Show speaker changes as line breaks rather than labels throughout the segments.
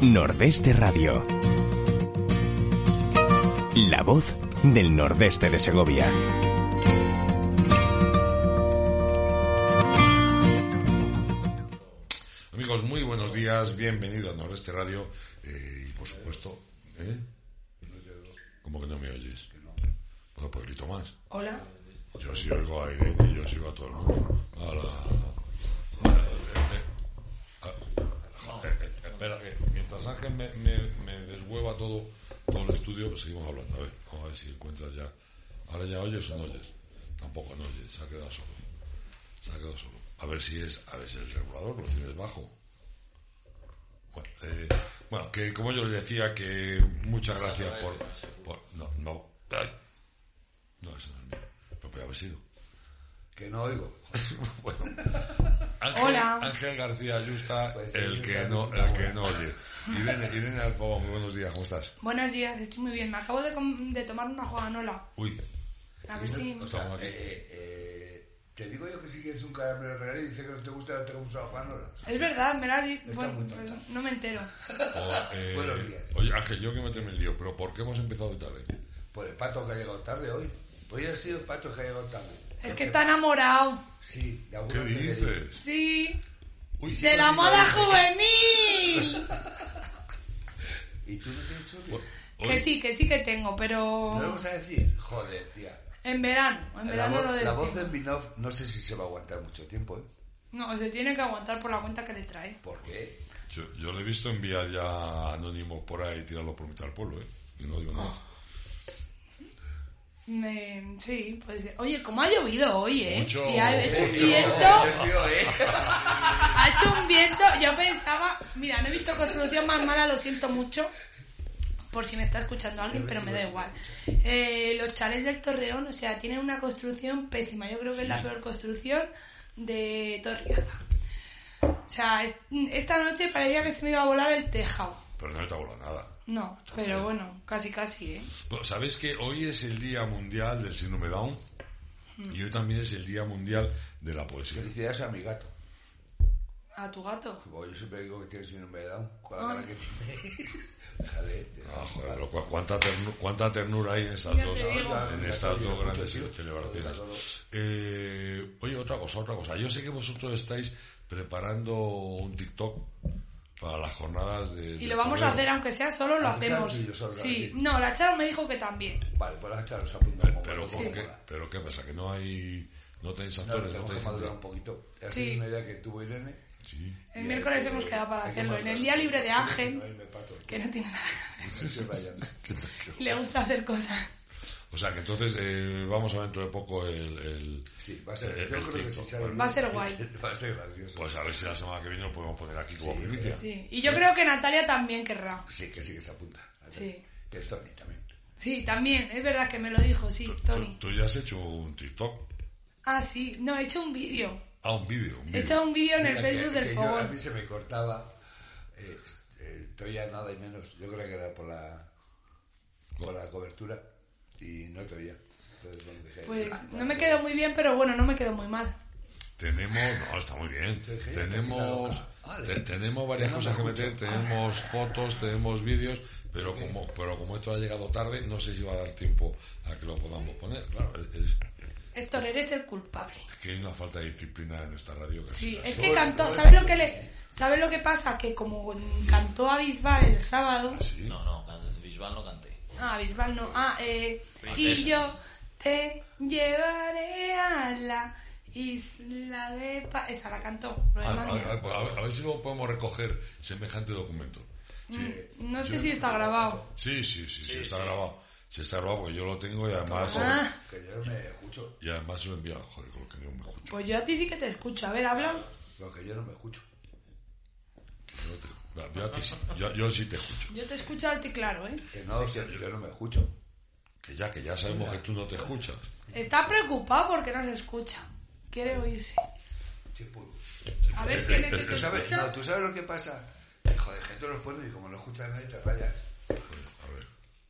Nordeste Radio. La voz del nordeste de Segovia.
Amigos, muy buenos días, bienvenido a Nordeste Radio eh, y por supuesto, ¿eh? ¿Cómo que no me oyes? Bueno, pues grito más.
Hola.
Yo sí oigo a Irene y yo sí oigo a todo el mundo. Hola. Hola, eh, eh, eh, joder, eh, Espera, que mientras Ángel me, me, me deshueva todo, todo el estudio, pues seguimos hablando. A ver, vamos a ver si encuentras ya. Ahora ya oyes o no oyes. Tampoco no oyes, se ha quedado solo. Se ha quedado solo. A ver si es, a ver si el regulador lo tienes bajo. Bueno, eh, bueno, que como yo le decía, que muchas gracias por, por- no, no, ay. no, eso no es mío, pero puede haber sido.
Que no oigo.
Bueno, Ángel,
Hola.
Ángel García Ayusta,
Pues sí,
el
yo
que
también,
no,
pero
el que
bueno.
no oye. Irene, Irene Alfoba, muy buenos días, ¿cómo estás?
Buenos días, estoy muy bien. Me acabo de, com- de tomar una joanola.
Uy,
A ver si...
o sea, Estamos aquí.
Eh, eh, eh, te digo yo que si quieres un caramelo real y dice que no te gusta, te gusta la Juanola.
Es verdad, me la di-
Está
bueno,
muy tonta.
pues no me entero.
o, eh,
Buenos días.
Oye, Ángel, yo que me en el lío, pero ¿por qué hemos empezado tarde?
Por el pato que ha llegado tarde hoy. Podría haber sido el pato que ha llegado tarde.
Es
Porque-
que está enamorado.
Sí, de
¿Qué
alguna manera.
dices?
Sí.
Uy,
De la moda juvenil.
¿Y tú no tienes chorri?
Que sí, que sí que tengo,
¿No lo
pero...
vamos a decir? Joder, tía.
En verano, en
la,
verano
voz-
lo
la voz de
decimos.
Vinov no sé si se va a aguantar mucho tiempo, ¿eh?
No, se tiene que aguantar por la cuenta que le trae.
¿Por qué?
Yo, yo le he visto enviar ya anónimos por ahí y tirarlo por mitad del pueblo, ¿eh? Y no digo nada.
Ah. Me... Sí, pues... Oye, ¿cómo ha llovido hoy, eh?
Mucho.
Y ha hecho un
Mucho.
viento...
Tío, ¿eh?
Ha hecho un viento, yo pensaba, mira, no he visto construcción más mala, lo siento mucho, por si me está escuchando alguien, pero me da igual. Eh, los chalés del Torreón, o sea, tienen una construcción pésima, yo creo que es la peor construcción de Torriaza. O sea, es- esta noche parecía que se me iba a volar el tejado.
Pero no te hago nada.
No, pero bueno, casi casi, ¿eh?
Bueno, ¿Sabéis que hoy es el Día Mundial del Síndrome Down?
Hmm.
Y hoy también es el Día Mundial de la Poesía.
Felicidades a mi gato.
A tu gato.
Como yo siempre digo que tiene síndrome de Down. Con la cara que tiene. Déjale. te-
Ah, joder, pero cu- cuánta, ternu- cuánta ternura hay en estas
Ya
dos,
te digo.
en
Ya
estas
te digo,
dos grandes
mucho, tío.
celebraciones. Eh, oye, otra cosa, otra cosa. Yo sé que vosotros estáis preparando un TikTok para las jornadas de...
Y
de
lo vamos a
Torreón.
hacer, aunque sea solo, lo
Aunque sea
hacemos.
tuyo solo,
Sí,
sí.
no, la Charo me dijo que también.
Vale, pues ahora los apunto.
Pero, pero,
como
¿por qué?
mola.
¿Pero qué pasa? ¿Que no hay... no tenéis
No,
actores?
lo
¿No,
tenemos que
tenéis
madurar un
gente?
poquito. Ha
Sí.
sido una idea que tuvo Irene.
Sí.
El
Y
miércoles
hay que-
hemos quedado para
hay que
hacerlo. En el
madurar.
día libre de
Sí,
Ángel,
no, ahí me pato.
que no tiene nada que ver,
Sí, se vayan.
le gusta hacer cosas.
O sea, que entonces eh, vamos a ver dentro de poco el... el-
Sí, va a ser.
El-
yo
el
creo que
TikTok,
sí sale
bueno.
bien.
Va a ser guay.
Va a ser gracioso.
Pues a ver si la semana que viene lo podemos poner aquí como primicia.
Sí. Y yo creo que Natalia también querrá.
Sí, que sí que se apunta.
Sí.
Y el Tony también.
Sí, también. Es verdad que me lo dijo, sí,
¿Tú,
Tony.
tú ya has hecho un TikTok?
Ah, sí. No, he hecho un vídeo.
Ah, un vídeo. un
He
vídeo.
hecho un vídeo en el
Mira,
Facebook
que-
del
que yo- A mí
fogón.
se me cortaba. eh, eh, Estoy ya nada y menos. Yo creo que era por la, por la cobertura. Y no te oía. Entonces, bueno, dije, ah,
Pues no
bueno,
me quedó muy bien, pero bueno, no me quedó muy mal.
Tenemos, no, está muy bien.
Entonces, ¿qué?
Tenemos,
Está loca. Vale.
te- tenemos varias
No me
cosas que
escucho.
meter, tenemos fotos, tenemos vídeos, pero como, pero como esto ha llegado tarde, no sé si va a dar tiempo a que lo podamos poner. Claro, es, es
Héctor, eres el culpable.
que hay una falta de disciplina en esta radio. casi.
Sí, es
Eso
que
es-
cantó.
no es
¿Sabes lo
así,
que le.?
¿eh?
¿Sabes lo que pasa? Que como cantó a Bisbal el
Ah,
sábado.
¿Sí?
No, no, can- Bisbal no canté.
Ah, Bisbal no. Ah, eh, y
Princesas.
yo te llevaré a la isla de pa Esa la cantó. lo
A,
de Mami.
a- a- a ver- a ver si luego podemos recoger semejante documento. Sí,
No sé si está grabado.
sí, sí, sí, sí, está grabado. Se está grabado porque yo lo tengo y además,
Ah,
Que yo me escucho.
y además se lo he enviado. Joder, con lo que no me escucho.
pues yo a ti sí que te escucho. A ver, habla.
Lo que yo no me escucho.
Yo, te- yo a ti sí- yo- yo sí te escucho.
Yo te escucho alto y claro, ¿eh?
Que no, si- yo no me escucho.
Que ya, que ya sabemos que tú no te escuchas.
Está preocupado porque no se escucha. Quiere oírse.
Sí, pues, puedo.
A ver si es
¿Tú
que se
sabes, no,
escucha.
¿Tú sabes lo que pasa? Joder, que tú los pones y como no escuchas nadie te rayas.
A ver.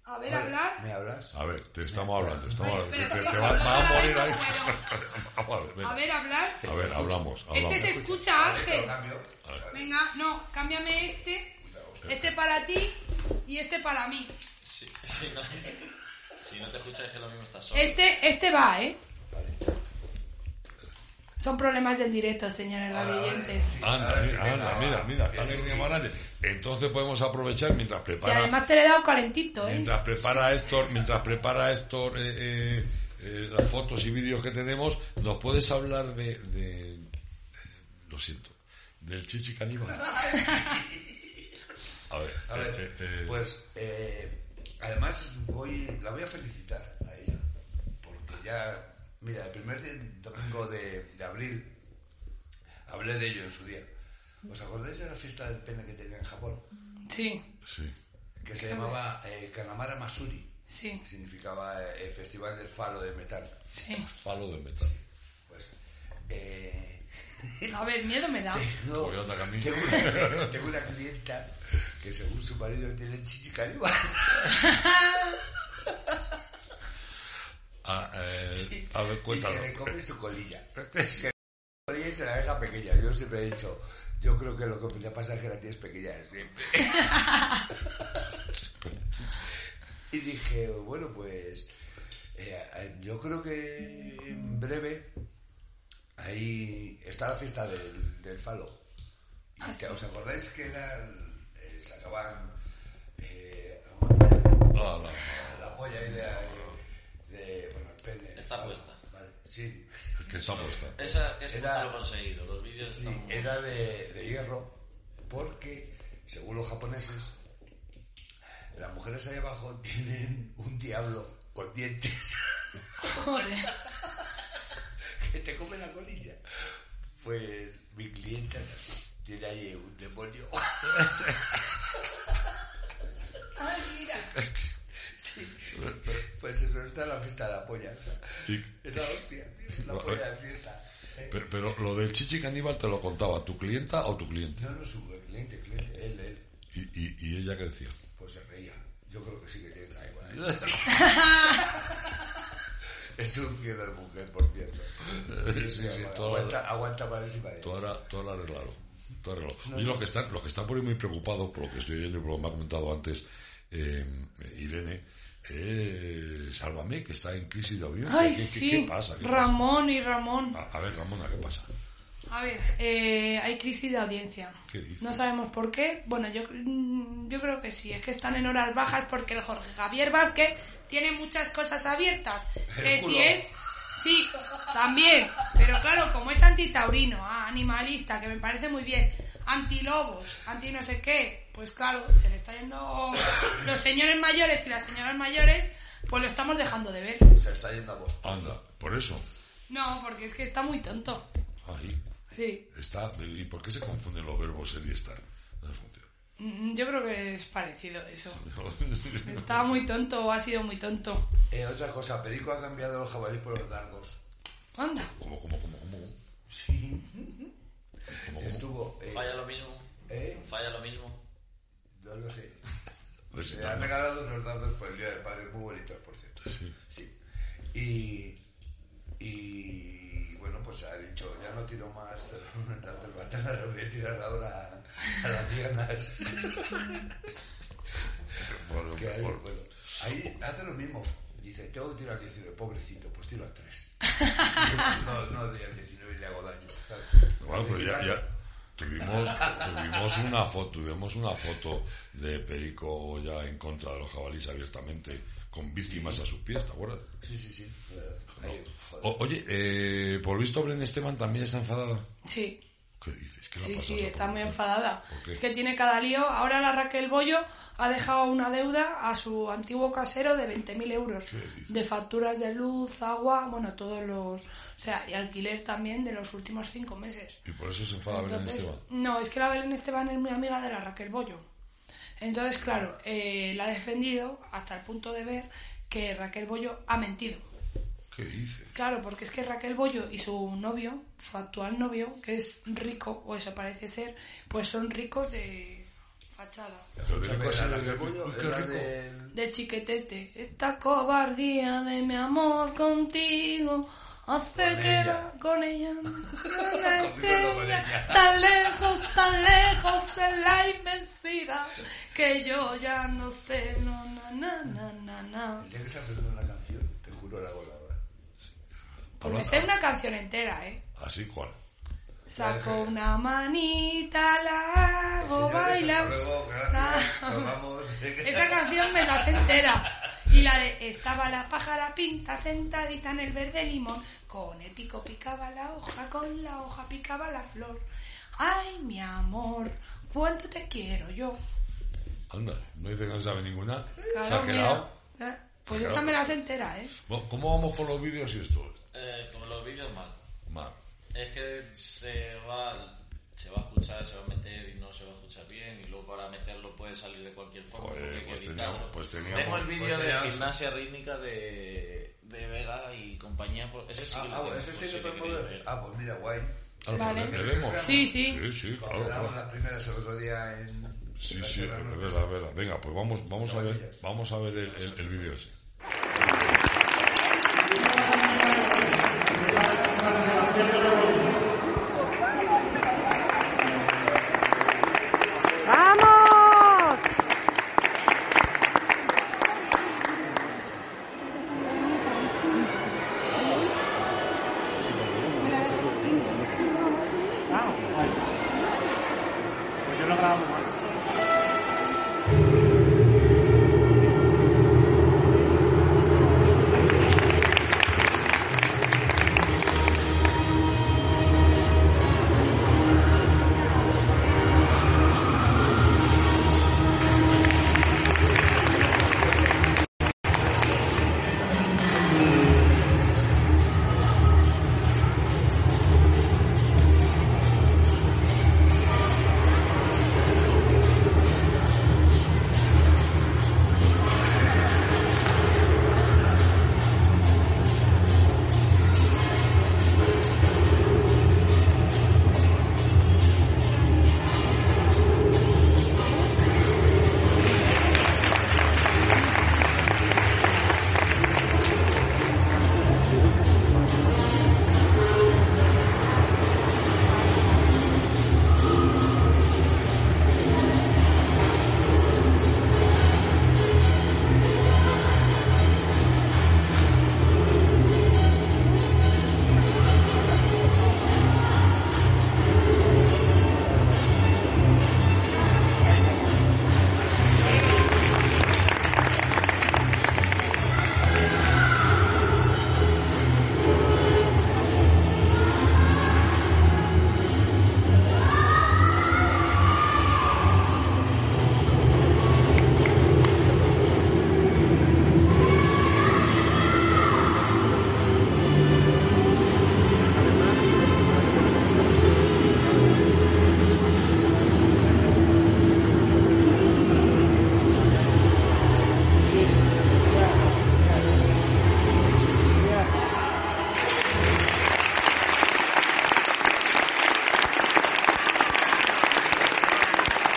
A ver, hablar.
¿Me hablas?
A ver, te estamos hablando, estamos
Ay,
hablando. Te,
espera,
te- te
espera,
va,
espera,
va a
espera,
morir ahí.
espera,
Vamos a ver, venga.
A ver, hablar.
A ver, hablamos, hablamos.
Este se escucha,
Te lo
Ángel.
cambio.
Venga, no, cámbiame este. Este para ti y este para mí.
Sí, sí, no. Si no te escuchas, es que lo mismo estás solo.
Este, este va, ¿eh? Son problemas del directo, señores radiantes.
Anda, mira, anda, mira, mira, está mi niño más grande. Entonces podemos aprovechar mientras
Y
prepara,
además te le he dado calentito, ¿eh?
mientras prepara Héctor, mientras prepara Héctor eh, eh, eh, las fotos y vídeos que tenemos, nos puedes hablar de, de- eh, lo siento, del chichi caníbal. A ver,
A ver,
eh, eh, eh,
pues eh, además voy, la voy a felicitar a ella, porque ya, mira, el primer di- domingo de, de abril hablé de ello en su día. ¿Os acordáis de la fiesta del pene que tenía en Japón?
Sí,
sí.
Que se llamaba eh, Kanamara Masuri,
sí,
que significaba eh, Festival del Falo de Metal.
sí.
Falo de metal.
Pues, eh,
A ver, miedo me da.
No,
Voy a otra camino.
tengo, una, tengo una clienta que según su marido tiene chichi caníbal.
Ah, eh, A ver, cuéntalo.
Y que le come su colilla. Su colilla y se la deja pequeña. Yo siempre he dicho, yo creo que lo que me pasa es que la tienes pequeña de siempre. y dije, bueno, pues eh, yo creo que en breve ahí está la fiesta del, del falo. Y
Ah,
que-
sí.
¿Os acordáis que eran, eh, sacaban eh,
Ala.
la polla ahí de, de- bueno, el pene.
Está puesta.
Vale, sí.
que está puesta.
Esa, eso
Era-
no lo he conseguido. Los vídeos
Sí,
están muy-
era de, de hierro, porque según los japoneses, las mujeres ahí abajo tienen un diablo con dientes
Joder.
que te come la colilla. Pues mi clienta es así, tiene ahí un demonio.
Ay, mira.
Sí. Pues eso está la fiesta de la polla.
Y-
Es la hostia, tío, la polla de fiesta. ¿eh?
Pero, pero lo del chichi caníbal te lo contaba tu clienta o tu cliente.
No, no, su cliente, cliente, él, él,
Y, y- y ella que decía.
pues se reía. Yo creo que sí que tiene caníbal. es un cielo de mujer, por cierto.
sí, sí, todo-
aguanta, aguanta para encima de él.
Tú ahora, tú ahora arreglalo. Tú arreglalo. Y los que están, los que están por ahí muy preocupados por lo que estoy oyendo y por lo que me ha comentado antes eh, Irene, eh, sálvame, que está en crisis de audiencia.
Ay,
¿Qué, qué-
sí.
qué pasa? ¿Qué
Ramón y Ramón.
pasa? A, a ver, Ramona, ¿qué pasa?
A ver, eh, hay crisis de audiencia.
¿Qué dices?
No sabemos por qué. Bueno, yo, mm, yo creo que sí. Es que están en horas bajas porque el Jorge Javier Vázquez tiene muchas cosas abiertas. Que si
culo.
es... Sí, también. Pero claro, como es antitaurino, ah, animalista, que me parece muy bien, antilobos, anti no sé qué, pues claro, se le está yendo... Los señores mayores y las señoras mayores, pues lo estamos dejando de ver.
Se está yendo a vos.
Anda, por eso.
No, porque es que está muy tonto.
Ahí
Sí.
está. ¿Y por qué se confunden los verbos ser y estar? No funciona.
Mm, Yo creo que es parecido eso. Estaba muy tonto o ha sido muy tonto.
Eh, otra cosa, Perico ha cambiado los jabalíes por los dardos.
Anda.
¿Cómo, cómo, cómo, cómo? cómo?
Estuvo. eh,
Falla lo mismo.
¿eh?
Falla lo mismo.
No lo sé.
Pues,
Le han regalado unos dardos por el Día del Padre, muy bonitos, por cierto. Sí. Y, y bueno, pues ha dicho, ya no tiro más las cerbatanas, las voy a tirar ahora a, a las dianas.
por-
Que ahí,
por-
bueno, ahí hace lo mismo. Dice, tengo que tirar 19, pobrecito, pues tiro a 3. no, no de 19 le hago daño. ¿sabes?
Bueno, pero ya,
Sí,
ya tuvimos, tuvimos una foto, tuvimos una foto de Perico ya en contra de los jabalíes abiertamente, con víctimas a sus pies, ¿te acuerdas?
Sí, sí, sí. Ahí, joder.
O- oye, eh, por visto Belén Esteban también está enfadada.
Sí,
¿Qué dices? ¿Qué le ha
sí,
pasado a
sí,
esa
está muy
pobre mujer?
enfadada.
¿Por qué?
Es que tiene cada lío. Ahora la Raquel Bollo ha dejado una deuda a su antiguo casero de 20.000 euros. De facturas de luz, agua, bueno, todos los... O sea, y alquiler también de los últimos cinco meses.
Y por eso se enfada Belén
Entonces,
Esteban.
no, es que la Belén Esteban es muy amiga de la Raquel Bollo. Entonces, claro, eh, la ha defendido hasta el punto de ver que Raquel Bollo ha mentido.
¿Qué dices?
Claro, porque es que Raquel Bollo y su novio, su actual novio, que es rico, o eso parece ser, pues son ricos de fachada,
Pero dile
Escúchame,
que sí,
la
dile
del
que-
bollo,
uy, qué
la
rico.
del-
de chiquetete. Esta cobardía de mi amor contigo Hace
Con
que
ella.
va con ella. Una
Conmigo no, con
estrella,
ella.
tan lejos, tan lejos en la inmensidad que yo ya no sé. No, na, na, na, na, na.
El día que se hace una canción, te juro la hago ahora.
Pues me sé una canción entera, ¿eh?
Así cual.
Saco una manita, la hago bailar.
Luego,
Ah.
gracias. Nos vamos. Ah,
Esa canción me la sé entera. Y la de estaba la pájara pinta sentadita en el verde limón, con el pico picaba la hoja, con la hoja picaba la flor. Ay, mi amor, cuánto te quiero yo.
Anda, no dice que no sabe ninguna. ¿Se
Claro,
ha quedado?
mira. ¿Eh? Pues
Exagerado.
esa me la sé entera, ¿eh?
Bueno, ¿Cómo vamos con los vídeos y esto?
Eh, como los vídeos mal.
Mal.
Es que se va, se va a escuchar, se va a meter y no se va a escuchar bien y luego para meterlo puede salir de cualquier forma.
Joder,
porque hay que
pues
editarlo.
teníamos- pues teníamos-
Tengo el
pues
vídeo de
teníamos-
gimnasia rítmica de, de Vega y compañía. por- Ese sí
Ah,
que lo
ah,
tengo,
ese
pues
sí
sí
lo
que
podemos
quería
ver.
ver.
Ah, pues mira, guay.
Claro,
Vale.
le- le demos.
Sí, sí.
Sí, sí, claro,
Porque
claro.
damos las primeras el otro día en.
Sí,
en
sí, es
Barcelona.
verdad, es verdad. Venga, pues vamos, vamos a ver, vamos a ver el, el, el vídeo ese.
¡Vamos! Vamos, vale. Pues yo lo grabo mal.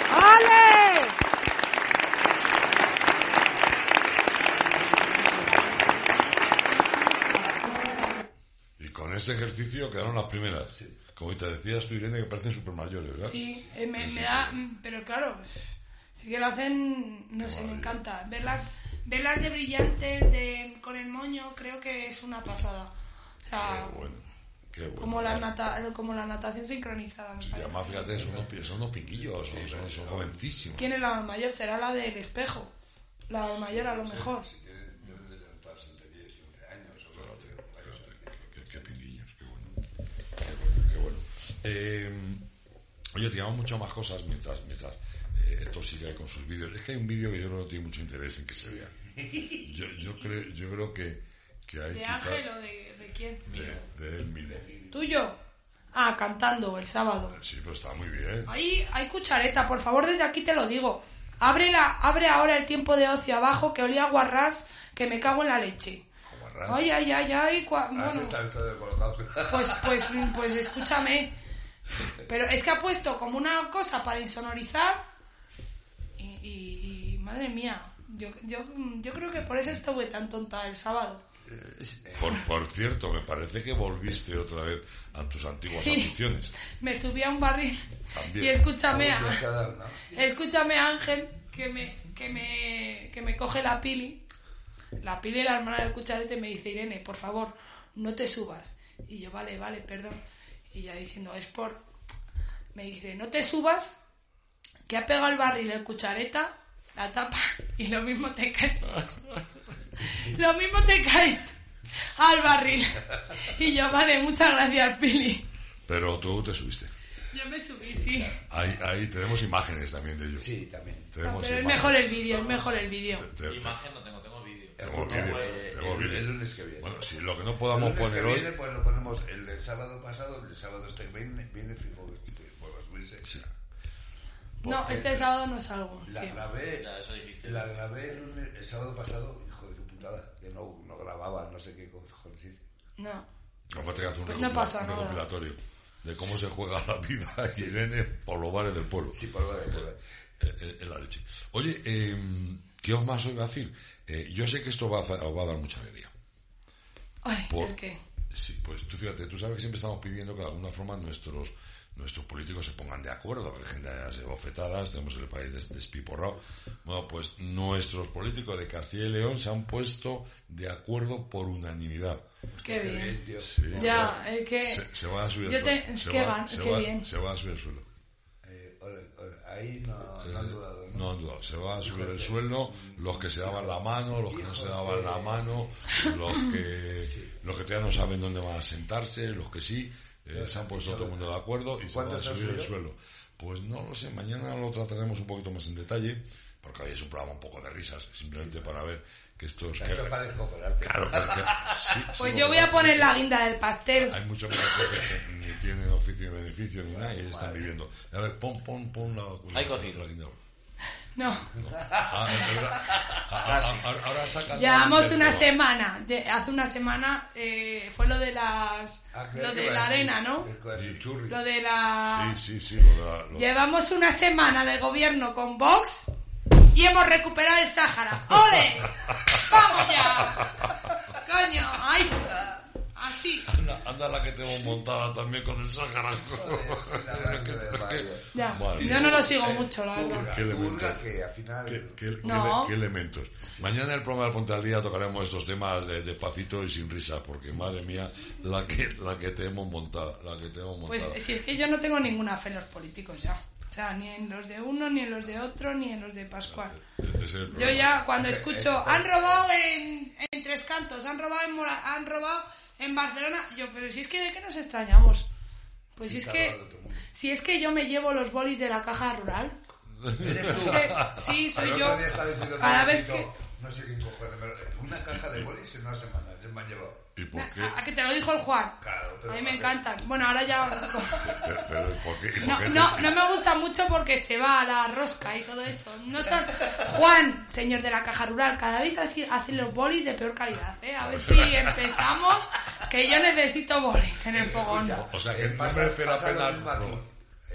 ¡Ale!
Y con ese ejercicio quedaron las primeras. Como te decías tú, Irene, que parecen super mayores, ¿verdad?
Sí, eh, me, me da. mm, Pero claro, sí que lo hacen. No sé, me encanta. Verlas, verlas de brillantes, de, con el moño, creo que es una pasada. O
Qué
sea,
bueno, qué bueno.
como la, nata, como la natación sincronizada, me
Y
parece.
además, fíjate, son unos, pi- son unos pinguillos, son, son- son jovencísimos.
¿Quién es la mayor? Será la del espejo. La mayor a lo mejor.
Si tienen- deben de tener todas entre 10 y 11 años o algo así.
Fíjate, Qué, qué pinguillos, qué bueno. Qué bueno, qué bueno. Eh, oye, tiramos muchas más cosas mientras, mientras eh, esto sigue con sus vídeos. Es que hay un vídeo que yo no tengo mucho interés en que se vea. Yo, yo, creo, yo creo que, que hay
¿De
quizá-
Ángel o de, de quién?
de, de él mismo.
¿Tuyo? Ah, cantando el sábado.
Sí, pero está muy bien.
Ahí hay cuchareta, por favor, desde aquí te lo digo. Abre, la, abre ahora el tiempo de ocio abajo, que olía a guarrás, que me cago en la leche.
Guarrás. Ah,
Ay, ay, ay, ay. cua-
Ahora Ah, sí
bueno,
está esto de colocado.
pues, pues, pues escúchame. Pero es que ha puesto como una cosa para insonorizar. Y, y- y, madre mía, yo, yo, yo creo que por eso estuve tan tonta el sábado.
Por, por cierto, me parece que volviste otra vez a tus antiguas
Sí.
aficiones.
Me subí a un barril
También.
y escúchame, a-
Vamos a dar una hostia.
escúchame Ángel, que me, que me, que me coge la pili, la pili la hermana del cucharete me dice, Irene, por favor, no te subas. Y yo, vale, vale, perdón. Y ya diciendo, es por... Me dice, no te subas, que ha pegado el barril el cuchareta, la tapa y lo mismo te caes. lo mismo te caes al barril. Y yo, vale, muchas gracias, pili.
Pero tú te subiste.
Yo me subí, sí.
Ahí, ahí tenemos imágenes también de ellos.
Sí, también.
Tenemos
pero es
imágenes.
mejor el vídeo, es mejor el vídeo.
Te- te-
Imagen no tengo, tengo vídeo. Pues,
Tengo
Escucha,
vídeo,
eh,
tengo
el-
vídeo.
el lunes que viene.
Bueno, si lo que no
El
podamos
lunes que
poner hoy...
viene, pues lo ponemos el, del sábado pasado, el del sábado este que viene, viene fijo que este vuelve a subirse.
No, este sábado no salgo.
La
sí.
grabé,
Ya, eso dijiste.
la grabé el, lunes- el sábado pasado, hijo de qué putada, que no, no grababa, no sé qué cojones hice.
No.
Nos va a tener que hacer un,
Pues no
recopila-
pasa
un
nada.
recopilatorio de cómo se juega la vida y Irene por los bares del pueblo.
Sí, por lo de por lo de-
Eh, eh, en la leche. Oye, eh, ¿qué os más os iba a decir? Eh, yo sé que esto va a, fa- os va a dar mucha alegría.
Ay,
Por-
¿el qué?
Sí, pues tú fíjate, tú sabes que siempre estamos pidiendo que de alguna forma nuestros nuestros políticos se pongan de acuerdo, que la gente hace bofetadas, tenemos el país des- despiporrado. Bueno, pues nuestros políticos de Castilla y León se han puesto de acuerdo por unanimidad.
Pues Qué bien.
tío.
Ya, es que...
Se, se van a subir
Yo
el suelo.
te- es
Se
que
van-
van,
se
qué
van-
bien.
se van a subir el suelo.
Eh, ole, ole, ahí no, no han dudado, ¿no?
No han dudado, se va a subir el sueldo, los que se daban la mano, los que no se daban la mano, los que, los que todavía no saben dónde van a sentarse, los que sí, eh, se han puesto todo el mundo de acuerdo y se van a
¿Cuántos han
subir el
subido?
sueldo. Pues no lo sé, mañana lo trataremos un poquito más en detalle, porque hoy es un programa un poco de risas, simplemente para ver que esto es...
Esto es para descojonarte.
Claro, pero que- sí, sí,
Pues
porque
yo voy a poner la guinda del pastel.
Hay muchos más jefes que ni tienen oficio ni beneficio ni nada y están viviendo. A ver, pon, pon, pon la...
Hay cocido.
la-
No.
Ah, es verdad. Ah, ah, ahora, ahora sacan
Llevamos
el
una
tema.
semana. de- hace una semana eh, fue lo de las...
Ah, creo
Lo
que
de
va
la
a decir,
arena, ¿no?
el con su churri.
Lo de la...
Sí, sí, sí. Lo de la, lo-
Llevamos una semana de gobierno con Vox y hemos recuperado el Sáhara. ¡Ole! ¡Vamos ya! ¡Coño! ¡Ay! Así.
Anda, anda la que tengo montada también con el Sáhara.
La verdad que me vaya.
Ya.
Madre
Yo no lo sigo
Eh,
mucho, la verdad.
Turga,
Qué
turga
elemento.
que al final...
¿Qué, qué-
No.
qué- qué elementos? Mañana en el programa del Ponte al Día tocaremos estos temas de, despacito y sin risa, porque madre mía, la que, la que tenemos montada. La que tenemos montada.
Pues si es que yo no tengo ninguna fe en los políticos ya. O sea, ni en los de uno, ni en los de otro, ni en los de Pascual.
Ese es el
Yo
problema.
ya cuando escucho, han robado en, en Tres Cantos, han robado en, Mora- han robado en Barcelona, yo, pero si es que de qué nos extrañamos. Pues si es que, si es que yo me llevo los bolis de la caja rural,
Eres tú.
que- sí,
El
soy
otro
yo.
día estaba diciendo
Cada vez
pobrecito,
que...
No sé qué cojones, pero una caja de bolis en una semana, se me han llevado.
¿Y por qué?
A, a que te lo dijo el Juan.
Claro, pero
A mí
¿para
me
qué?
encantan. Bueno, ahora ya...
Pero, pero, ¿y por qué? ¿Y por
No,
qué te-
no, no me gusta mucho porque se va a la rosca y todo eso. No son... Juan, señor de la caja rural, cada vez así hacen los bolis de peor calidad, ¿eh?
Ah,
A
pues
ver si empezamos, que yo necesito bolis en el fogón.
Escucha,
O sea, que
eh,
no
pasa-
merece la
pasa lo
pena,
mismo aquí.
no.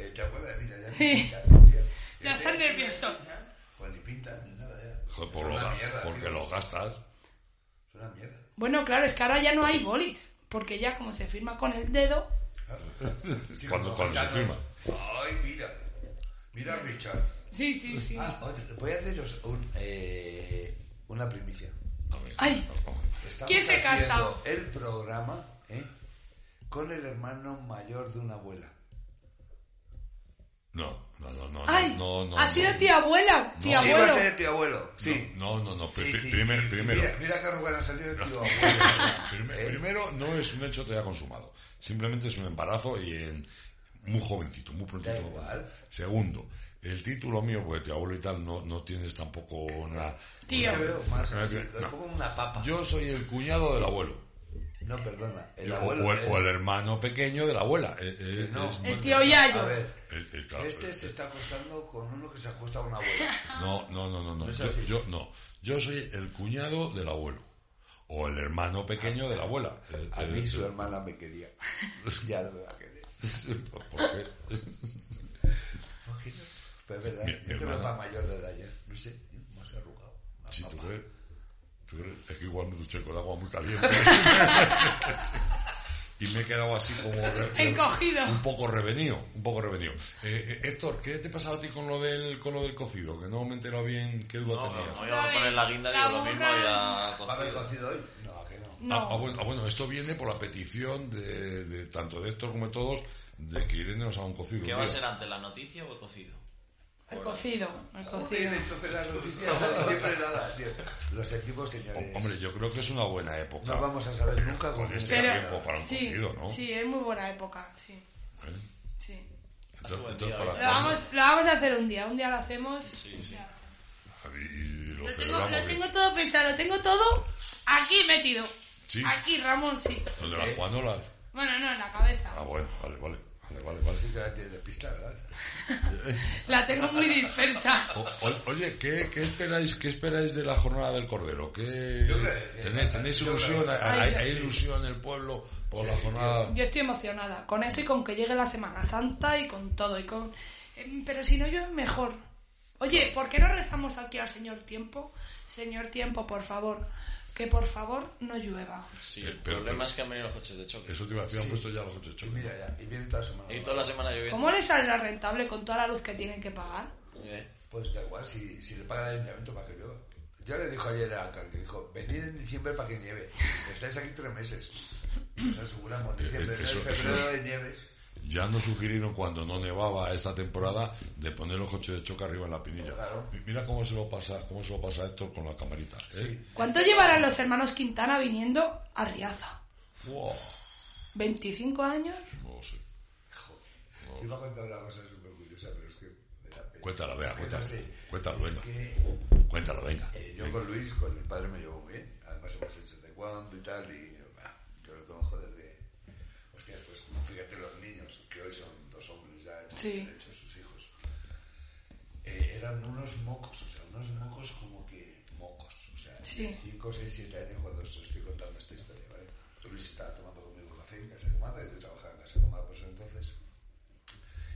Eh, ¿Te acuerdas? Mira, ya.
Sí.
ya, tío.
Ya estás nervioso.
Pues ni pinta ni nada ya.
Joder, por
Es
lo
una
ga-
mierda,
porque
tío.
lo gastas.
Es una mierda.
Bueno, claro, es que ahora ya no hay bolis, porque ya como se firma con el dedo,
Sí,
Cuando-
como
cuando se
gitanos. Ay, mira. Mira, Richard.
sí, sí, sí.
Ah, oye, voy a haceros un, eh, una primicia.
A ver,
Ay.
Estamos
¿Quién se casa?
haciendo El programa ¿eh? con el hermano mayor de una abuela.
No, no, no, no.
Ay,
no, no,
ha
no.
sido tía abuela, tía
Sí, va a
abuelo.
ser el tío abuelo. Sí.
No, no, no. pri-
Sí,
pri-
sí.
primer-
Y
primero.
Mira, mira que arrugan ha salido el tío abuelo.
Primer-
¿Eh?
Primero, no es un hecho todavía consumado. Simplemente es un embarazo y en- muy jovencito, muy prontito.
Da igual.
Segundo, el título mío, porque tu abuelo y tal, no, no tienes tampoco una...
Tío.
Yo veo más así,
No.
lo como una papa.
Yo soy el cuñado del abuelo.
No, perdona. El
Yo- o-
abuelo.
o, el,
es-
o el hermano pequeño de la abuela. Eh, eh,
no.
es-
El tío Yayo.
A ver,
el- el- claro, pues, eh.
este
el-
se está acostando con uno que se acuesta a una abuela.
No, no, no, no, no.
es
Yo,
así.
yo- no. Yo soy el cuñado del abuelo. O el hermano pequeño de la abuela. Eh,
A
eh,
mí su
eh,
hermana me quería. Ya no la quería.
¿por- por qué?
Pues es verdad,
Mi-
yo
mi
te veo
hermana-
más mayor de edad ya. No sé, más arrugado. más
Si tú
papá.
crees. Yo creo- Es que igual me duché con agua muy caliente. y me he quedado así como... re- re-
Encogido.
Un poco revenido, un poco revenido. Eh, eh, Héctor, ¿qué te pasaba a ti con lo del, con lo del cocido? Que no me he enterado bien qué duda
No,
tenías.
como íbamos a poner la guinda,
La
digo lo mismo
burra.
ya
¿Va a haber
cocido.
cocido hoy? No, que no.
No.
Ah, ah, bueno, ah, bueno, esto viene por la petición de, de tanto de Héctor como de todos de que irnos a un cocido.
¿Qué va a
tío.
ser antes, la noticia o el cocido?
El cocido, el
Sí,
cocido.
entonces las noticias salen siempre nada, tío. Los equipos, señores.
Hom- Hombre, yo creo que es una buena época.
no vamos a saber nunca con
Con este
Pero-
tiempo para un
sí,
cocido, ¿no?
sí, es muy buena época, sí.
¿Eh?
sí.
Entonces,
buen
entonces
día,
para
¿eh?
Lo, vamos, lo vamos a hacer un día, un día lo hacemos. Ya.
cuando- y lo
Lo tengo,
celebramos
lo
bien.
tengo todo pensado, lo tengo todo aquí metido.
Sí.
Aquí, Ramón, sí.
Lo de las guanolas.
Bueno, no, en la cabeza.
Ah, bueno, vale, vale. Vale, vale, vale.
Así que ahora tienes despista, ¿verdad?
La tengo muy dispersa.
O- o- oye, ¿qué, qué esperáis, ¿qué esperáis de la jornada del Cordero? ¿Qué,
Yo creo que-
¿Tenéis, tenéis
yo creo
ilusión?
que-
¿Hay,
Ay,
hay ilusión en el pueblo por la jornada?
Yo estoy emocionada con eso y con que llegue la Semana Santa y con todo. y con Eh, Pero si no llueve, mejor. Oye, ¿por qué no rezamos aquí al Señor Tiempo? Señor Tiempo, por favor, que por favor no llueva.
Sí,
Eh,
el
pero- pero-
problema es que han venido los coches de choque.
Eso te iba a decir, han puesto ya los ocho
Y Pues mira ya, y viene toda semana.
Y toda la semana lloviendo.
¿Cómo le saldrá rentable con toda la luz que tienen que pagar?
Eh,
Pues da igual, si, si le paga el ayuntamiento para que llueva. Ya le dijo ayer al alcalde, dijo, venid en diciembre para que nieve. Estáis aquí tres meses. Nos aseguramos, diciembre,
Eh, eso-
enero, febrero
eso-
de nieves.
Ya nos sugirieron cuando no nevaba esta temporada de poner los coches de choque arriba en la pinilla.
Claro.
Mi- Mira cómo se lo pasa, cómo se lo pasa a Héctor con la camarita. ¿eh?
¿Cuánto llevarán los hermanos Quintana viniendo a Riaza?
Wow,
¿25 años?
no sé.
Te iba a contar una cosa súper curiosa, pero es que me da pena.
Cuéntala, vea,
Es que no
cuéntala.
sé.
Cuéntalo,
Es
venga.
que
Cuéntalo, venga.
Eh, yo con Luis, con el padre, me llevo muy bien. Además, hemos hecho taekwondo y tal. Y bah, yo lo conozco desde. Hostias, pues fíjate los niños, que hoy son dos hombres ya hechos,
Sí.
hechos sus hijos. Eh, eran unos mocos, o sea, unos mocos como que mocos. O sea,
Sí.
5, 6, 7 años cuando os estoy contando esta historia, ¿vale? Luis estaba tomando conmigo café en casa de madre, yo trabajaba en casa de madre por eso entonces.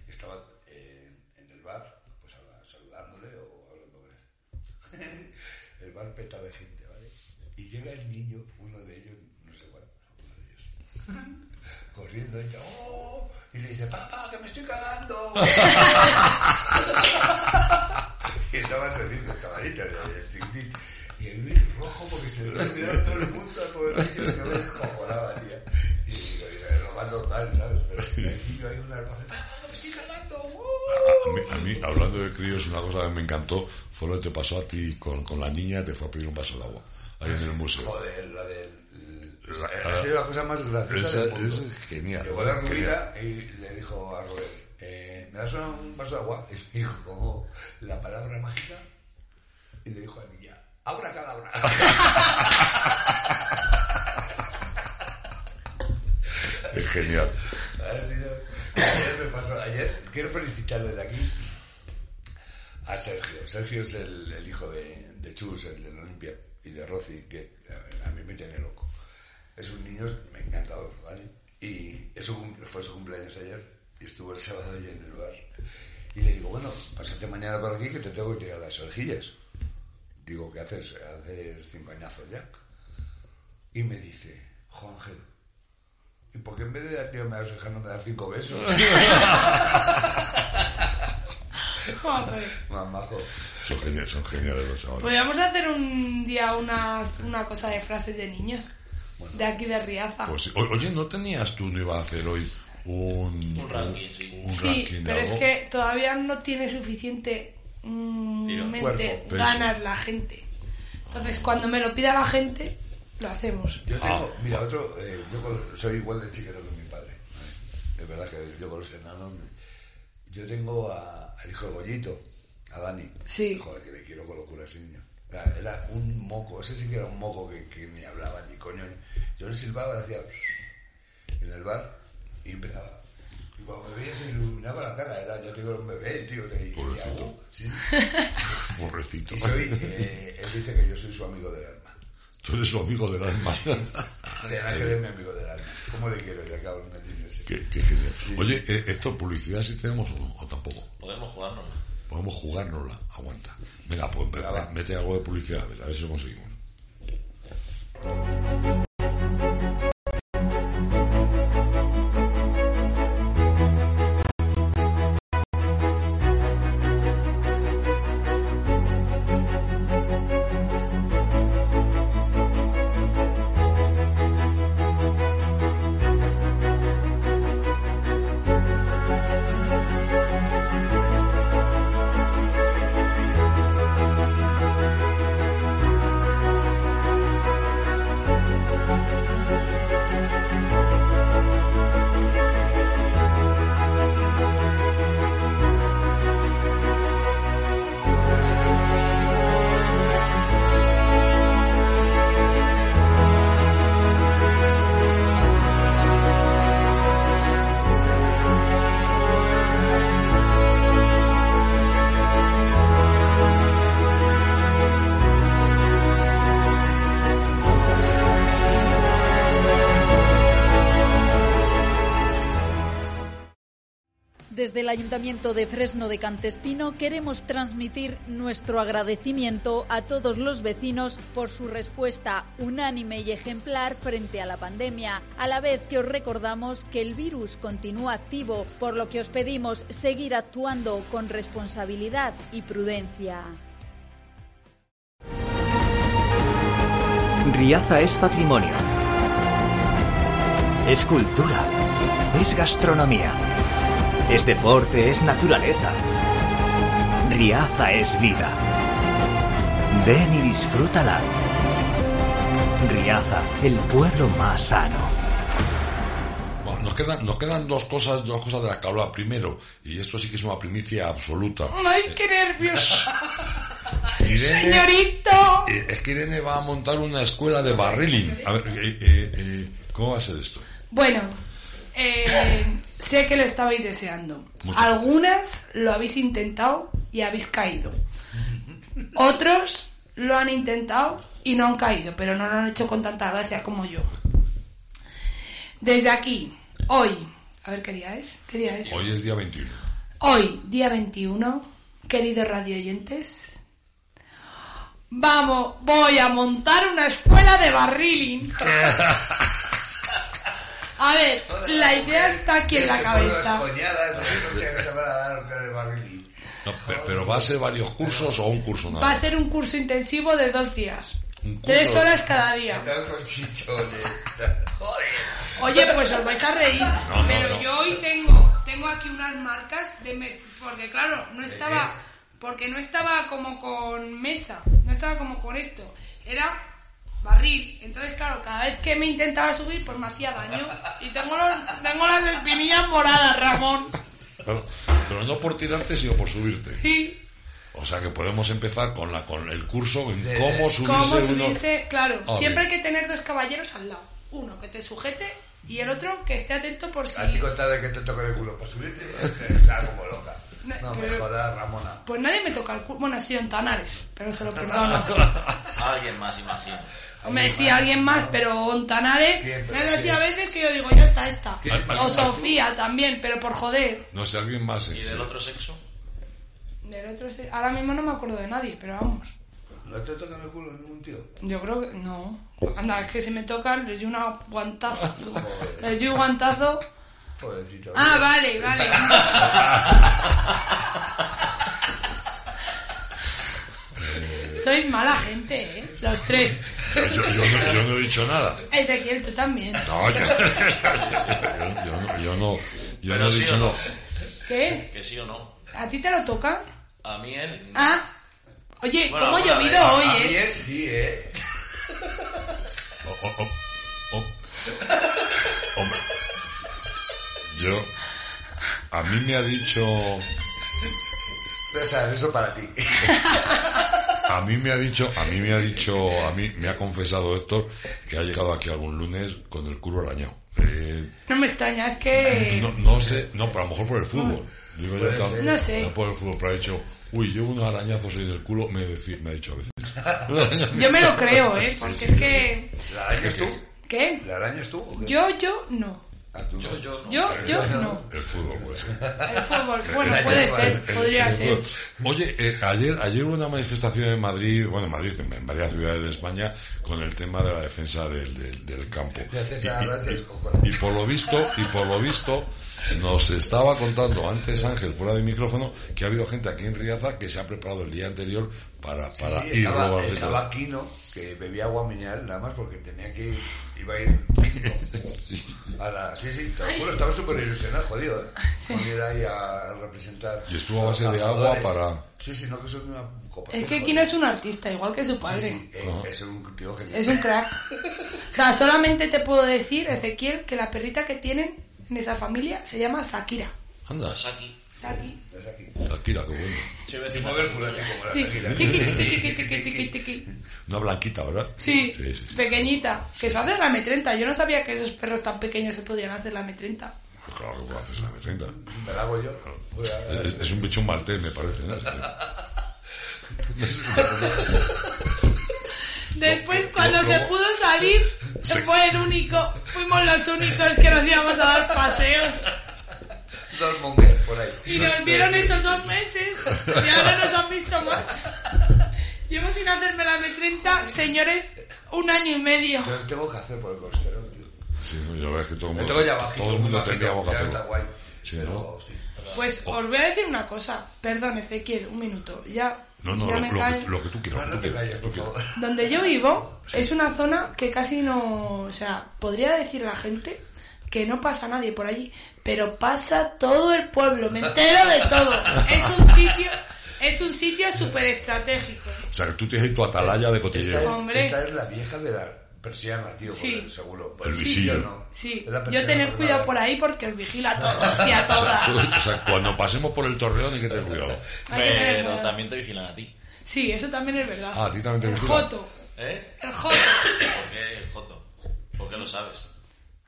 Y estaba eh, en el bar, pues habla- saludándole o hablando con él el bar peta de gente, ¿vale? Y llega el niño, uno de ellos, no sé cuál, uno de ellos, corriendo y, dice, "Oh", y le dice, papá, que me estoy cagando. y estaban saliendo chavalito, el chiquitín. Y el Luis rojo porque se lo miraba a todo el mundo al pobre niño que me descojonaba, tía. Y digo, "Mira, lo más normal, ¿sabes? Pero el niño ahí una voz, papá, que me estoy cagando.
A
¡uh".
mí, a mí, hablando de críos, una cosa que me encantó fue lo que te pasó a ti con, con la niña, te fue a pedir un vaso de agua, ahí en el museo.
Joder, la del.
La-
Ha sido la cosa más graciosa
Ah, Esa-
del mundo.
eso es genial.
Llegó la
Genial.
rubia y le dijo a Robert, eh, ¿me das un vaso de agua? Y dijo como la palabra mágica y le dijo a Niña, ¡abra cadabra!
Es genial.
Ha sido- Ayer me pasó, ayer quiero felicitar desde aquí a Sergio. Sergio es el, el hijo de, de Chus, el de la Olimpia, y de Rosy, que a, a mí me tiene loco. Es un niño me encantador, ¿vale? Y es su cumple- fue su cumpleaños ayer, y estuvo el sábado allí en el bar. Y le digo, bueno, pásate mañana por aquí que te tengo que tirar las orejillas. Digo, ¿qué haces? Haces cincoañazos ya. Y me dice, Juan Ángel, ¿y por qué en vez de dar tirarme las orejas no me das cinco besos?
Joder.
Más majo.
Son geniales, son geniales los chavales.
Podríamos hacer un día unas, una cosa de frases de niños. de aquí de Riaza.
Pues sí. O- oye, ¿no tenías tú, no ibas a hacer hoy un,
Un ranking, sí.
un
sí,
ranking de
pero es
algo?
que todavía no tiene suficiente mm,
Tiro.
mente,
Cuerpo,
peso.
ganas la gente. Entonces, cuando me lo pida la gente, lo hacemos.
Yo tengo, mira, otro, eh, yo con- soy igual de chiquero que mi padre. ¿vale? Es verdad que yo con los enanos. me- Yo tengo a- al hijo de Goyito, a Dani.
Sí.
Joder, que le quiero con locura a ese niño. Era, era un moco, ese sí que era un moco que, que ni hablaba ni coño. Yo le silbaba, le hacía en el bar y empezaba. Y cuando me veía se iluminaba la cara, era, yo tengo un bebé, tío. Y, y-
Pobrecito.
sí, sí.
Pobrecito.
Y soy, eh, él dice que yo soy su amigo del alma.
Tú eres su amigo del alma.
De Ángel es mi amigo del alma. ¿Cómo le quiero ya, cabrón? el niño ese?
qué, qué genial. Oye, eh, ¿esto publicidad sí tenemos o, no? ¿O tampoco?
Podemos jugarnos.
Podemos jugárnosla, aguanta. Venga, pues venga, mete algo de publicidad, a ver, a ver si lo conseguimos.
Desde el Ayuntamiento de Fresno de Cantespino queremos transmitir nuestro agradecimiento a todos los vecinos por su respuesta unánime y ejemplar frente a la pandemia, a la vez que os recordamos que el virus continúa activo, por lo que os pedimos seguir actuando con responsabilidad y prudencia.
Riaza es patrimonio. Es cultura. Es gastronomía. Es deporte, es naturaleza. Riaza es vida. Ven y disfrútala. Riaza, el pueblo más sano.
Bueno, nos quedan, nos quedan dos cosas, dos cosas de las que hablaba primero, y esto sí que es una primicia absoluta.
¡Ay, qué nervios!
Irene-
¡Señorito!
Eh, es que Irene va a montar una escuela de barriling. A ver, eh, eh, eh, ¿cómo va a ser esto?
Bueno, eh, sé que lo estabais deseando.
Mucho.
Algunas lo habéis intentado y habéis caído. Otros lo han intentado y no han caído, pero no lo han hecho con tanta gracia como yo. Desde aquí, hoy, a ver qué día es, qué día es.
Hoy es día 21.
Hoy, día 21, queridos radioyentes, vamos, voy a montar una escuela de barriling. A ver, la idea está aquí en la
Este
cabeza.
No, pe- pero, va a ser varios cursos o un curso nada.
Va a ser un curso intensivo de dos días.
Un curso.
Tres horas cada día. Oye, pues os vais a reír.
No, no,
pero
no.
yo hoy tengo, tengo aquí unas marcas de mesa. Porque claro, no estaba.
Eh,
Porque no estaba como con mesa. No estaba como con esto. Era barril. Entonces, claro, cada vez que me intentaba subir, pues me hacía daño. Y tengo, los- tengo las espinillas moradas, Ramón.
Claro, pero no por tirarte, sino por subirte.
Sí.
O sea que podemos empezar con, la, con el curso en cómo subirse,
¿Cómo
uno-
subirse? Claro,
Ah,
siempre hay
bien.
que tener dos caballeros al lado. Uno que te sujete y el otro que esté atento por si...
A ti contada que te toca el culo para subirte, estás como loca. No me jodas, Ramona.
Pues nadie me toca el culo. Bueno, ha sido en Tanares, pero se lo perdono.
Alguien más, imagino.
Me decía alguien más, pero en Tanares...
Siempre,
Me decía a
siempre.
veces que yo digo, ya está esta.
Siempre.
O Sofía también, pero por joder.
No sé, alguien más.
¿Y
sí.
del otro sexo?
Del otro... se- Ahora mismo no me acuerdo de nadie, pero vamos.
No te toca el culo ningún tío.
Yo creo que... No. Anda, es que si me tocan, les doy una guantazo. Les doy un guantazo...
Pobrecito.
Ah, vale, vale. Sois mala gente, ¿eh? Los tres.
Yo, yo- yo no, yo no he dicho nada.
Ezequiel, tú también.
No, yo, yo no, yo no, yo
Pero
no he
sí
dicho
o no.
no.
¿Qué?
Que sí o no.
¿A ti te lo toca?
A mí él.
Ah. Oye,
Bueno,
¿cómo ha
bueno, a
llovido
ver,
hoy,
A mí
eh?
es sí, ¿eh?
Oh, oh, oh, oh. Hombre, yo, a mí me ha dicho,
Pero sabes, eso para ti.
a mí me ha dicho, a mí me ha dicho, a mí me ha confesado Héctor que ha llegado aquí algún lunes con el culo arañado. Eh,
No me extraña, es que.
no, no sé, no, pero a lo mejor por el fútbol. Digo yo, tal-
No sé.
por el fútbol, pero ha dicho, uy, llevo unos arañazos ahí del culo, me, defi- me ha dicho a veces.
Yo me lo creo, ¿eh? Porque es que.
¿La arañas tú?
¿Qué?
¿La arañas tú? o qué?
Yo, yo, no.
Ah, tú no.
Yo, yo no.
Yo, yo, no.
El fútbol, pues.
El fútbol, bueno, puede ser, podría ser.
Oye, eh, ayer, ayer hubo una manifestación en Madrid, bueno, en Madrid, en varias ciudades de España, con el tema de la defensa del, del- del campo.
defensa de las
Y- y-
descojones.
y por lo visto, y por lo visto, nos estaba contando antes Ángel, fuera de micrófono, que ha habido gente aquí en Riaza que se ha preparado el día anterior para, para
Sí,
ir
estaba,
robar
estaba Aquino, que bebía agua mineral nada más porque tenía que ir, iba a ir digno. a la, sí, sí, te lo juro, estaba súper ilusionado, jodido, ¿eh? Con ir ahí a representar.
Y estuvo
a
a
los
base de agua
trabajadores.
para-
Sí, sí, no, que eso es una copa.
Es que Kino es un artista, igual que su padre.
Sí, eh, es un tío genial.
Es un crack. O sea, solamente te puedo decir, Ezequiel, que la perrita que tienen en esa familia se llama Shakira.
Anda,
Saki.
Shaki.
Es aquí.
Shakira, qué bueno.
Sí,
Si
vecino.
mueves culo así como la
Sí,
tequila.
tiqui, tiqui, tiqui, tiqui, tiqui, tiqui.
Una blanquita, ¿verdad?
Sí,
sí, sí.
pequeñita. Que se hace la M30. Yo no sabía que esos perros tan pequeños se podían hacer la M30.
Pues claro que puedo hacer la M30.
Me la hago yo. Voy a-
Es, es un bicho un martel, me parece. ¿no?
Después, cuando se pudo salir, fue el único. Fuimos los únicos que nos íbamos a dar paseos.
Dos monjes. por ahí.
Y nos vieron esos dos meses y ahora nos han visto más. Llevo sin hacerme la M30, señores, un año y medio.
Yo lo tengo que hacer por el costero, tío.
Sí, la verdad es que todo el
Me
mundo,
tengo ya bajito.
todo el mundo
bajito,
tendríamos que
ya está
hacerlo.
guay.
Sí,
Pero,
¿no?
sí, pero-
Pues os voy a decir una cosa. Perdón, Ezequiel, un minuto. Ya,
No, no,
ya
lo,
me
lo que,
callo.
lo que tú quieras.
No,
lo que
no te
tú quieras,
calles,
lo que
por
tú
favor.
quieras.
Donde yo vivo es una zona que casi no... O sea, podría decir la gente que no pasa nadie por allí, pero pasa todo el pueblo, me entero de todo. Es un sitio, es un sitio súper estratégico.
O sea, que tú tienes ahí tu atalaya de
Esta
cotilleo.
es,
Hombre.
esta es la vieja de la persiana, tío,
Sí.
por el seguro.
El
Sí,
visillo.
¿o no?
Sí,
Es la
yo
persiana
tener
más
cuidado
grave.
por ahí porque os vigila a todos y a todas.
O sea, cuando pasemos por el torreón hay que tener cuidado.
Hay que tener
Pero
cuidado.
también te vigilan a ti.
Sí, eso también es verdad.
Ah, a ti también te
El
vigila.
Joto,
¿Eh?
el Joto.
¿Por qué el Joto? ¿Por qué lo sabes?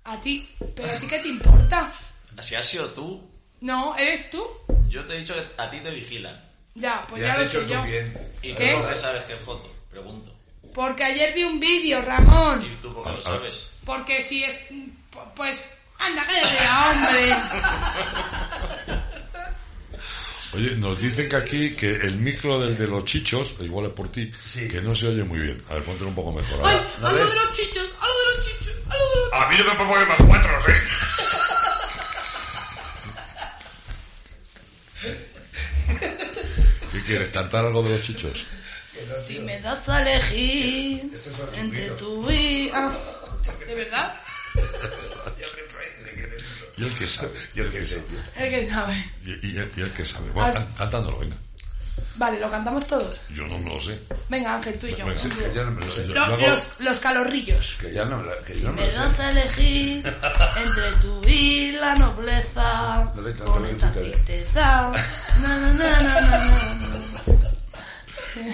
A ti, pero a ti qué te importa.
Si has sido tú,
No, eres tú.
yo te he dicho que a ti te vigilan.
Ya, pues
Ya
ya,
has
lo
dicho
sé
tú
yo.
bien.
¿Y
¿Qué?
tú por qué sabes que es Joto? Pregunto.
Porque ayer vi un vídeo, Ramón.
¿Y tú por qué lo
Ah, ah.
sabes?
Porque si es. p- Pues. Anda, cállate, hombre.
Oye, nos dicen que aquí, que el micro del de los chichos, igual es por ti,
Sí.
que no se oye muy bien. A ver, póntelo un poco mejor. a
Ay,
ver.
¿no
algo de
ves?
los chichos, algo de los chichos, algo de los
A mí no me pongo más cuatro, ¿eh? ¿eh? ¿Qué quieres? ¿Cantar algo de los chichos?
Si me das a elegir
Esos son
entre
chunguitos.
tu y. ah, ¿De verdad?
Y el que sabe, y el que sabe.
El que sabe.
Y, y el, y el que sabe. Bueno, can- cantándolo, venga.
Vale, lo cantamos todos.
Yo no me lo sé.
Venga, Ángel, tú y yo.
Venga.
Tú y yo.
Que ya no me lo sé.
Yo-
Lo-
yo hago-
los, los calorrillos.
Que ya no me la- que yo no me
Me
lo sé.
das a elegir entre tu y la nobleza.
No te- no te
Con
lo
esa
quites.
tristeza. Na, na, na, na, na, na.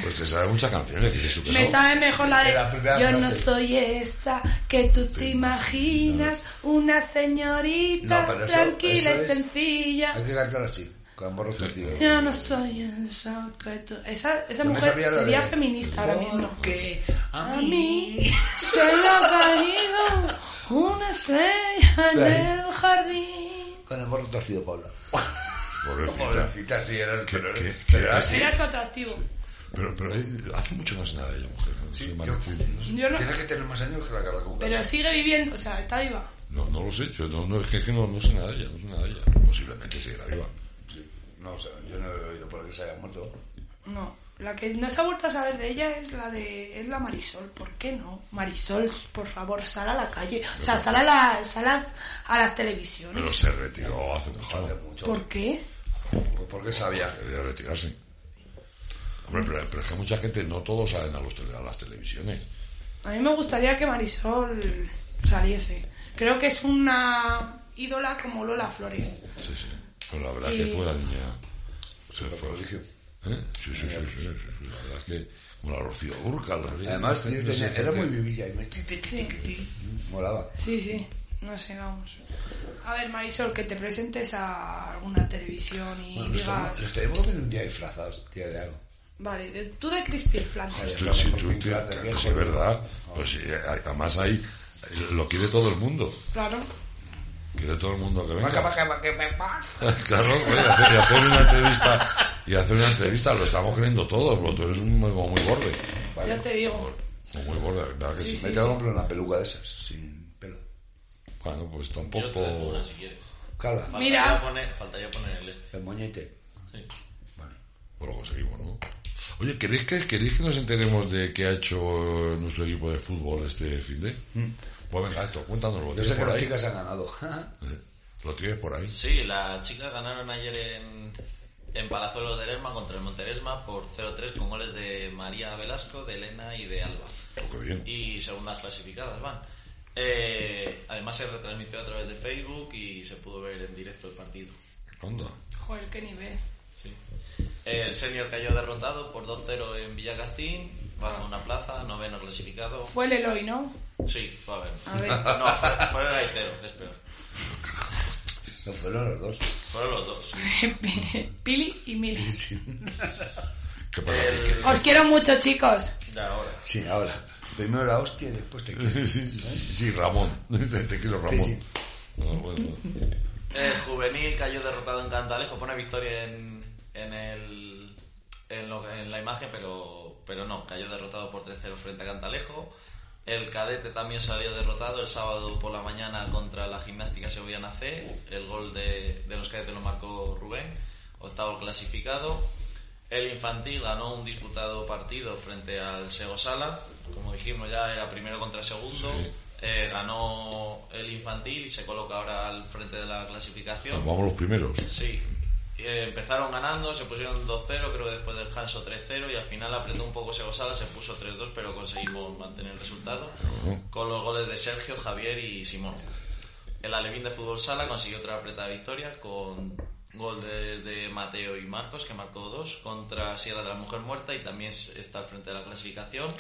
Pues se sabe muchas canciones. que dices tú que
Me
no.
sabe mejor la de
La primera
Yo no
frase.
soy esa que tú te imaginas, una señorita
No, pero eso-
tranquila
eso
y
es-
sencilla.
Hay que cantar así, con borro torcido.
Yo no soy esa que tú... Esa, esa
Yo me
mujer
sabía la
sería
de-
feminista ahora mismo.
Porque
A mí se lo ha caído una estrella en
Ahí.
el jardín.
Con el borro torcido, Paula.
Pobrecita.
Pobrecita, sí, eras
Que-
pero-
que-
pero
que-
eras-
Era su atractivo.
Pero, pero eh, hace mucho no sé nada de ella, mujer. No, sé,
Sí,
María
yo-
Cruz.
Yo no-
Tienes que tener más años que la caracuca.
pero sigue viviendo, o sea, está viva.
no, no lo sé. Yo no, no, es que es que no, no sé nada de ella. No sé nada de ella. Posiblemente seguirá viva.
Sí. No, o sea, yo no he oído por qué se haya muerto.
No, la que no se ha vuelto a saber de ella es la de es la Marisol. ¿Por qué no? Marisol, por favor, sal a la calle. O sea, sal a, la, sal a, a las televisiones.
Pero se retiró hace mucho.
Joder, mucho.
¿Por qué?
Pues porque sabía.
Debería retirarse. Hombre, pero, pero es que mucha gente, no todos salen a, los tele- a las televisiones.
A mí me gustaría que Marisol saliese. Creo que es una ídola como Lola Flores.
Sí, sí. Pero la verdad es que
Y-
fue la niña. Se fue.
prodigio.
¿Eh? Sí, sí, sí, sí, sí, sí. La verdad es que. Como la Rocío Urca.
Además, tío, tenía- era muy vivilla y me ti, ti, ti, ti, ti. Molaba.
Sí, sí. No sé, vamos. A ver, Marisol, que te presentes a alguna televisión y
Bueno, nos tenemos-
digas...
nos tenemos que venir un día disfrazados, tía, de algo.
Vale, de- tú de Crispy el Flan.
Sí, sí, tú, tío, que sí, es verdad. Pues sí, además ahí lo quiere todo el mundo.
Claro.
Quiere todo el mundo que venga.
Vaca, vaca, vaca, vaca, vaca.
Claro, oye, hacer- y hacer una entrevista y hacer una entrevista lo estamos creyendo todos, pero tú eres un como muy borde,
Ya te digo.
como muy borde, ¿verdad que sí?
Sí,
Me
sí.
tengo que comprar una peluca de esas, sin pelo.
Bueno, pues
Yo te dejo
tampoco.
una si quieres.
Cala,
Falta
Mira.
ya poner, falta ya poner el este.
el moñete.
Sí.
Vale.
Bueno, lo conseguimos, ¿no? Oye, ¿queréis que, ¿queréis que nos enteremos de qué ha hecho nuestro equipo de fútbol este fin de? Pues venga, esto, cuéntanoslo. ¿Lo
Yo
tienes
sé que
por
las
ahí?
chicas han ganado.
Eh, ¿Lo tienes por ahí?
Sí, las chicas ganaron ayer en, en Palazuelo de Lerma contra el Monteresma por 0-3 con goles de María Velasco, de Elena y de Alba.
Oh, qué bien.
Y segundas clasificadas van. Eh, además se retransmitió a través de Facebook y se pudo ver en directo el partido.
Anda.
Joder, qué nivel.
Sí. El senior cayó derrotado por 2-0 en Villacastín, bajo una plaza, noveno clasificado.
Fue el Eloy, ¿no?
Sí, fue a ver.
A ver.
No, fue, fue el gaitero, es peor.
Lo fueron los dos.
Fueron los dos.
Pili y Mili.
¿Qué pasa?
Os quiero mucho, chicos.
De ahora.
Sí, ahora. Primero la hostia y después te quiero.
Sí, sí, sí, Ramón. Te quiero, Ramón.
sí.
Ah, bueno.
Eh, juvenil cayó derrotado en Cantalejo. Pone victoria en, en, el, en, lo- en la imagen, pero, pero no, cayó derrotado por 3-0 frente a Cantalejo. El cadete también salió derrotado el sábado por la mañana contra la gimnástica sevillana C. El gol de, de los cadetes lo marcó Rubén, octavo clasificado. El infantil ganó un disputado partido frente al Segosala. Como dijimos ya, era primero contra segundo. Eh, ganó el infantil y se coloca ahora al frente de la clasificación.
Pues Vamos los primeros.
Sí. Eh, empezaron ganando, se pusieron 2-0, creo que después del canso 3-0 y al final apretó un poco Segosala, se puso 3-2, pero conseguimos mantener el resultado con los goles de Sergio, Javier y Simón. El Alevín de Fútbol Sala consiguió otra apretada victoria con goles de Mateo y Marcos, que marcó dos, contra Sierra de la Mujer Muerta y también está al frente de la clasificación.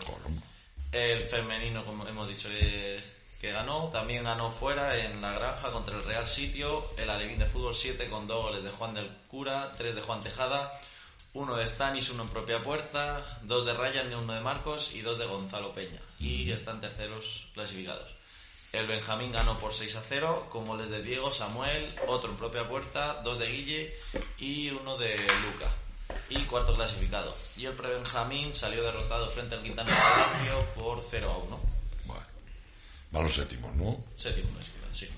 El femenino, como hemos dicho, eh, que ganó. También ganó fuera en la granja contra el Real Sitio. El Alevín de Fútbol 7 con dos goles de Juan del Cura, tres de Juan Tejada, uno de Stanis, uno en propia puerta, dos de Ryan y uno de Marcos y dos de Gonzalo Peña. Y están terceros clasificados. El Benjamín ganó por 6 a 0 con goles de Diego, Samuel, otro en propia puerta, dos de Guille y uno de Luca. Y cuarto clasificado. Y el pre-Benjamín salió derrotado frente al Quintana Palacio por 0 a 1.
Bueno. Van los séptimos, ¿no?
Séptimo clasificado, sí.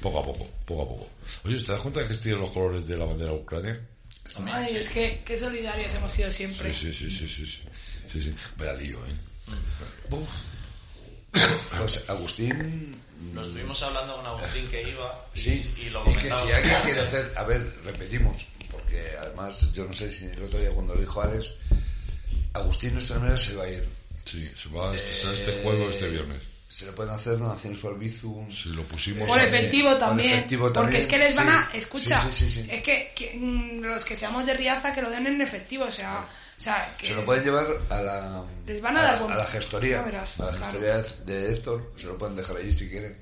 Poco a poco, poco a poco. Oye, ¿te das cuenta que tienen los colores de la bandera de Ucrania?
También,
Ay,
sí.
es que qué solidarios hemos sido siempre.
Sí, sí, sí, sí, sí. sí. sí, sí. Vaya lío, ¿eh? Uf.
Pues Agustín.
Lo estuvimos hablando con Agustín que iba y,
Mm. Sí,
y lo
y que
comentamos.
si alguien quiere hacer, a ver, repetimos, porque además yo no sé si el otro día cuando lo dijo Alex, Agustín Estranera se va a ir.
Sí, se va este, se va
Eh,
este juego este viernes.
Se le pueden hacer donaciones por Bizum.
Si lo pusimos...
Por
Sí,
efectivo
por
también.
efectivo
Porque
también,
es que les van a.
sí.
Escucha,
Sí, sí, sí, sí.
es que, que, mm, los que seamos de Riaza que lo den en efectivo, o sea. O sea que
Se lo pueden llevar a la,
Les van a dar
la,
buen-
a la gestoría.
Ya verás,
a la
claro.
gestoría de Héctor, se lo pueden dejar allí si quieren.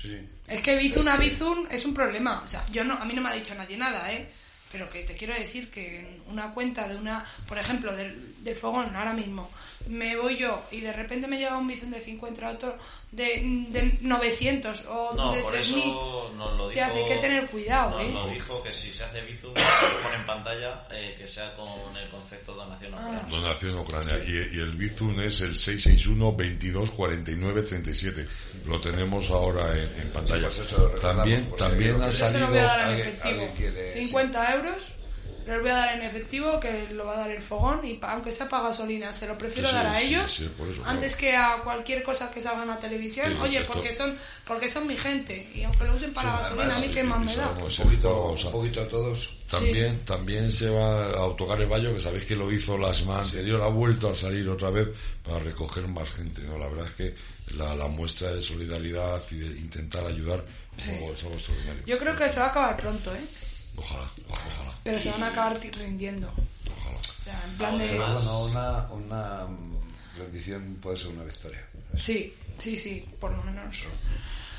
Sí, sí.
Es que Bizun a
Es que-
Bizun es un problema. O sea, yo no, a mí no me ha dicho nadie nada, ¿eh? Pero que te quiero decir que en una cuenta de una, por ejemplo, del, del fogón, ahora mismo, me voy yo y de repente me llega un Bizun de 50, otro de, de 900 o
No,
de
por
3000.
eso nos lo dijo.
Hostia, sí hay que tener cuidado,
nos
¿eh?
lo dijo que si se hace Bizum, lo pone en pantalla, eh, que sea con el concepto donación ah.
Donación a Ucrania. Y, y el Bizum es el 661-2249-37. Lo tenemos ahora en, en pantalla.
Sí, pues eso lo recordamos,
también
por si
también
alguien
ha
lo
Yo se lo voy
salido...
a dar en
alguien-
efectivo.
alguien quiere, sí.
50 euros, los voy a dar en efectivo, que lo va a dar el fogón, y pa- aunque sea para gasolina, se lo prefiero
Sí, sí,
dar a
sí,
ellos
sí, por eso,
antes que a cualquier cosa que salga en la televisión.
Sí,
Oye,
esto-
porque son porque son mi gente, y aunque lo usen para
Sí,
gasolina,
además,
a mí
sí, pues
qué más me da.
Vamos,
Un poquito,
vamos a-
un poquito a todos.
También, también se va a Autocar el Bayo, que sabéis que lo hizo la semana anterior, ha vuelto a salir otra vez para recoger más gente, ¿no? La verdad es que la, la muestra de solidaridad y de intentar ayudar es algo, es algo extraordinario.
Yo creo que se va a acabar pronto, ¿eh?
Ojalá, ojalá,
Pero se van a acabar ti- rindiendo.
ojalá. Ah,
O sea, en plan de...
Pero bueno, una, una mm, rendición puede ser una victoria.
pues.
Sí, sí, sí, por lo menos.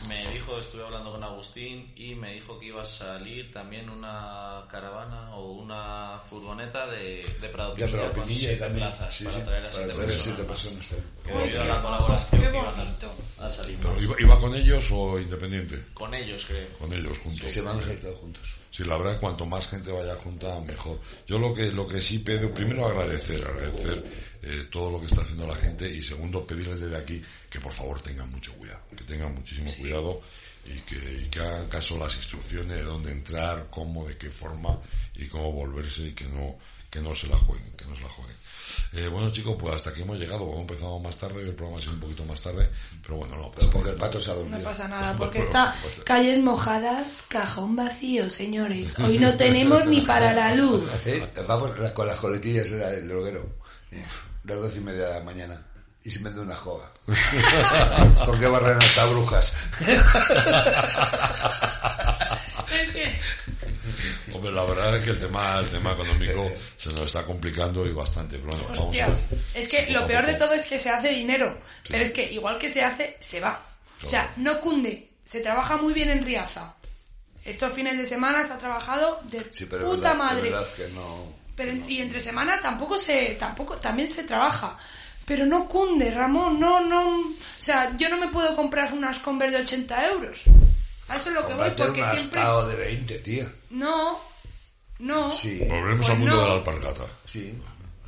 Me dijo, estuve hablando con Agustín y me dijo que iba a salir también una caravana o una furgoneta de, de Prado
Ya,
Pinilla,
pero
con
Pinilla
siete
también.
plazas
sí,
para
sí,
traer a
para
siete
traer a
personas.
siete personas. también.
Que
Ay,
debido a
qué
la
bajo,
colaboración
qué
que iban a-
bonito.
a salir
Pero
más.
iba, iba con ellos o independiente?
con ellos, creo.
Con ellos juntos.
Se van a hacer todos juntos.
Sí, la verdad, cuanto más gente vaya junta, mejor. Yo lo que, lo que sí pido, primero agradecer, agradecer eh, todo lo que está haciendo la gente y segundo, pedirles desde aquí que por favor tengan mucho cuidado, que tengan muchísimo cuidado y que, y que hagan caso a las instrucciones de dónde entrar, cómo, de qué forma y cómo volverse y que no, que no se la jueguen, que no se la jueguen. Eh, bueno chicos, pues hasta aquí hemos llegado, hemos empezado más tarde, el programa ha sido un poquito más tarde, pero bueno, no, pues
Porque el pato se ha
No
dormido.
pasa nada, porque
Bueno,
está
pues-
calles mojadas, cajón vacío, señores. Hoy no tenemos ni para la luz.
Eh, Vamos la- con las coletillas era el droguero. Eh, Las doce y media de la mañana. Y se vende una joga. ¿Por qué barren hasta brujas?
Es que-
Hombre, la verdad es que el tema, el tema económico se nos está complicando y bastante. Pero bueno, vamos a ver.
Hostias, es que lo peor de todo es que se hace dinero, pero es que igual que se hace, se va. O sea, no cunde, se trabaja muy bien en Riaza. Estos fines de semana se ha trabajado de
Sí, pero es
puta
verdad-
madre.
Es verdad que no.
Pero en- y entre semana tampoco se tampoco también se trabaja. Pero no cunde, Ramón, no, no. O sea, yo no me puedo comprar unas Converse de 80 euros. A eso es lo que voy,
Combate
porque
un
siempre.
estado de 20, tía.
No, no.
Sí.
Volveremos
Pues
al mundo
no.
de la alpargata.
Sí.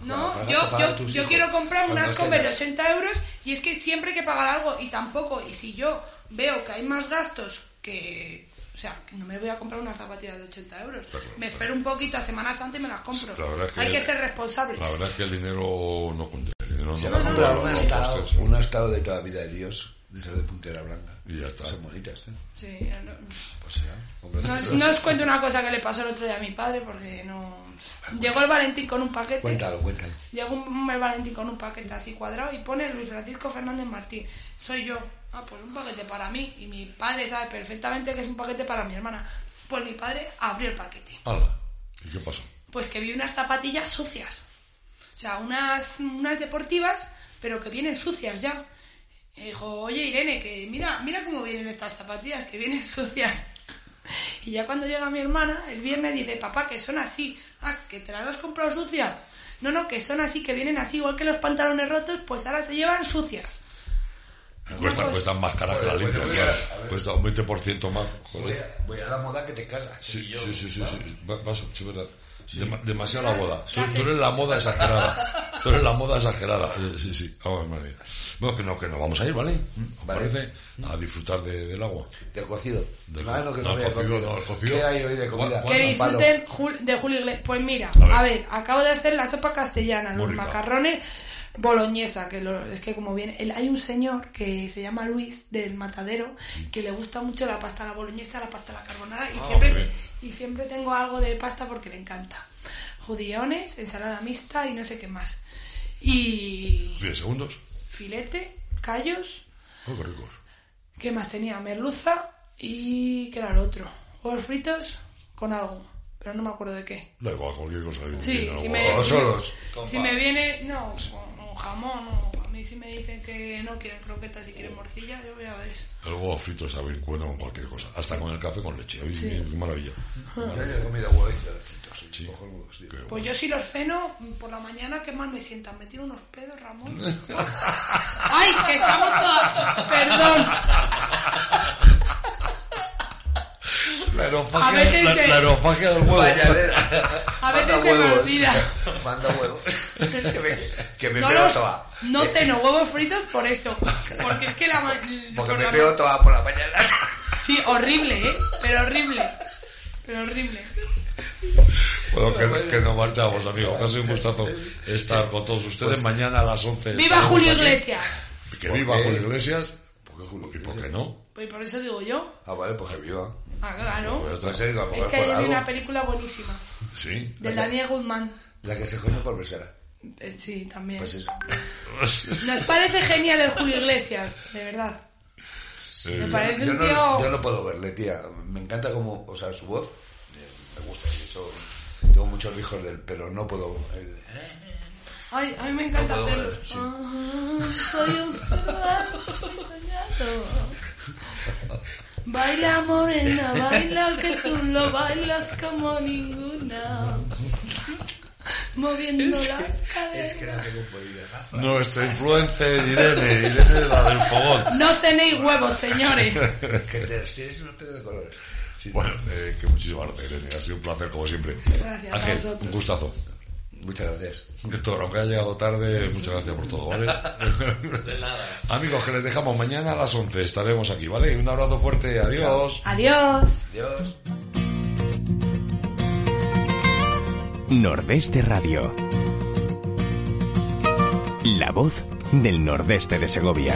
No,
Para-
yo,
para
yo,
tus
yo
hijos.
quiero comprar
Cuando
unas
los
covers de
tengas.
80 euros y es que siempre hay que pagar algo y tampoco. Y si yo veo que hay más gastos que. O sea, que no me voy a comprar unas zapatillas de 80 euros.
claro,
Me
está
espero un poquito a Semana Santa y me las compro.
La verdad es que-
hay que ser responsables.
La verdad es que el dinero no cunde. El dinero
Se
no
va a
no,
comprar
no,
un
no,
estado,
costes.
un estado de toda vida de Dios, de esas de puntera blanca.
Y ya está.
Son bonitas, ¿eh?
Sí, no,
Pues será.
no os- no os cuento una cosa que le pasó el otro día a mi padre porque no. Llegó el Valentín con un paquete.
Cuéntalo, cuéntalo.
Llega un un Valentín con un paquete así cuadrado y pone Luis Francisco Fernández Martín. Soy yo. Ah, pues un paquete para mí. Y mi padre sabe perfectamente que es un paquete para mi hermana. Pues mi padre abrió el paquete.
Ala, ¿y qué pasó?
Pues que vi unas zapatillas sucias. O sea, unas, unas deportivas, pero que vienen sucias ya. Y dijo, oye Irene, que mira, mira cómo vienen estas zapatillas, que vienen sucias. Y ya cuando llega mi hermana, el viernes dice, papá, que son así. Ah, que te las has comprado sucias. No, no, que son así, que vienen así, igual que los pantalones rotos, pues ahora se llevan sucias.
Cuesta,
pues-
cuesta más cara que la
Joder,
limpia,
pues,
claro.
a ver.
Cuesta un 20% más.
Voy
Joder.
a, voy a la moda que te cagas.
Sí,
yo-
sí, sí, sí, sí. Va- vas, sí, verdad. Dema- demasiado la moda. Tú,
Las-
tú eres la moda exagerada. Tú eres la moda exagerada. Eh, Sí, sí. Vamos, madre mía. Bueno, que no, que no vamos a ir, ¿vale? ¿Os
Vale.
parece? A disfrutar de- del agua.
Del cocido.
Del-
Nada, no, que no,
no,
había
cocido, no, el cocido.
¿Qué hay hoy de
Gua-
comida?
Que
Bueno,
disfruten Jul- de Julio Iglesias. Pues mira, a ver.
ver.
acabo de hacer la sopa castellana,
Muy
los
rica.
macarrones boloñesa, que lo- es que como viene... el- hay un señor que se llama Luis del Matadero, que le gusta mucho la pasta a la boloñesa, la pasta a la carbonara, y,
Ah, muy
siempre,
bien.
y siempre tengo algo de pasta porque le encanta. Judiones, ensalada mixta y no sé qué más. Y
10 segundos.
filete, callos,
Oh, qué ricos.
¿qué más tenía? Merluza y... ¿qué era el otro? Huevos fritos con algo, pero no me acuerdo de qué.
Da igual, cualquier cosa. que
Sí,
tiene
si
agua.
me,
O solos.
si me viene, no, con un jamón, no. a mí si me dicen que no quieren croquetas y quieren morcilla, yo voy a ver eso.
El huevo frito está bien bueno con cualquier cosa. Hasta con el café con leche. Oye, qué maravilla.
Yo ya he comido huevecitos fritos,
Sí.
cojonudos, tío.
Qué bueno.
Pues yo si los ceno por la mañana, ¿qué mal me sientan? Me tiro unos pedos, Ramón. ¡Ay, que estamos todas! Perdón.
La
A
aerofagia,
veces
la-
se-
la aerofagia del huevo.
Bañadera.
A
Manda
veces se me
huevos.
olvida.
Manda huevos. que me, que me
No,
pego
los-
toda.
no ceno huevos fritos por eso. Porque es que la... ma-
Porque
por
me
la
pego toda por la mañana.
Sí, horrible, ¿eh? Pero horrible. Pero horrible.
Bueno, que, que nos marchamos, amigos. Que ha sido un gustazo estar con todos ustedes. Mañana a las 11.
¡Viva
estaremos
Julio
aquí.
Iglesias!
Que viva
Pues, ¿Por qué?
Julio Iglesias.
¿Por qué Julio
¿Y por
Iglesias?
qué no?
Pues por eso digo yo.
Ah, vale, pues que viva.
Ah, claro.
Pues ya
No
está.
sé, digo, a lo
Es
mejor
que
por
hay
algo.
una película buenísima.
Sí.
Del Daniel Guzmán.
La que se coña por besara.
Eh, Sí, también.
Pues eso.
Nos parece genial el Julio Iglesias, de verdad. Me parece
Yo
un
no,
tío.
yo no puedo verle, tía. Me encanta como, o sea, su voz. eh, Me gusta. De hecho, tengo muchos hijos del, pero no puedo. el-
Ay, a mí me encanta
No puedo
hacerlo.
ver, sí.
Ah, soy un soñado, soy soñado. Baila morena, baila que tú lo bailas como ninguna. Moviendo las caderas.
Es que no tengo poder.
Nuestra influencer Irene, Irene de la del fogón.
No tenéis huevos, señores.
Que te tienes unos pedos de colores. Sí.
Bueno, eh, que muchísimas gracias, Irene. Ha sido un placer, como siempre.
Gracias a
Ángel,
vosotros.
un gustazo.
Muchas gracias.
Héctor, aunque haya llegado tarde, muchas gracias por todo, ¿vale?
De nada.
Amigos, que les dejamos mañana a las 11. Estaremos aquí, ¿vale? Un abrazo fuerte. Adiós.
Adiós.
Adiós.
Nordeste Radio. La voz del Nordeste de Segovia.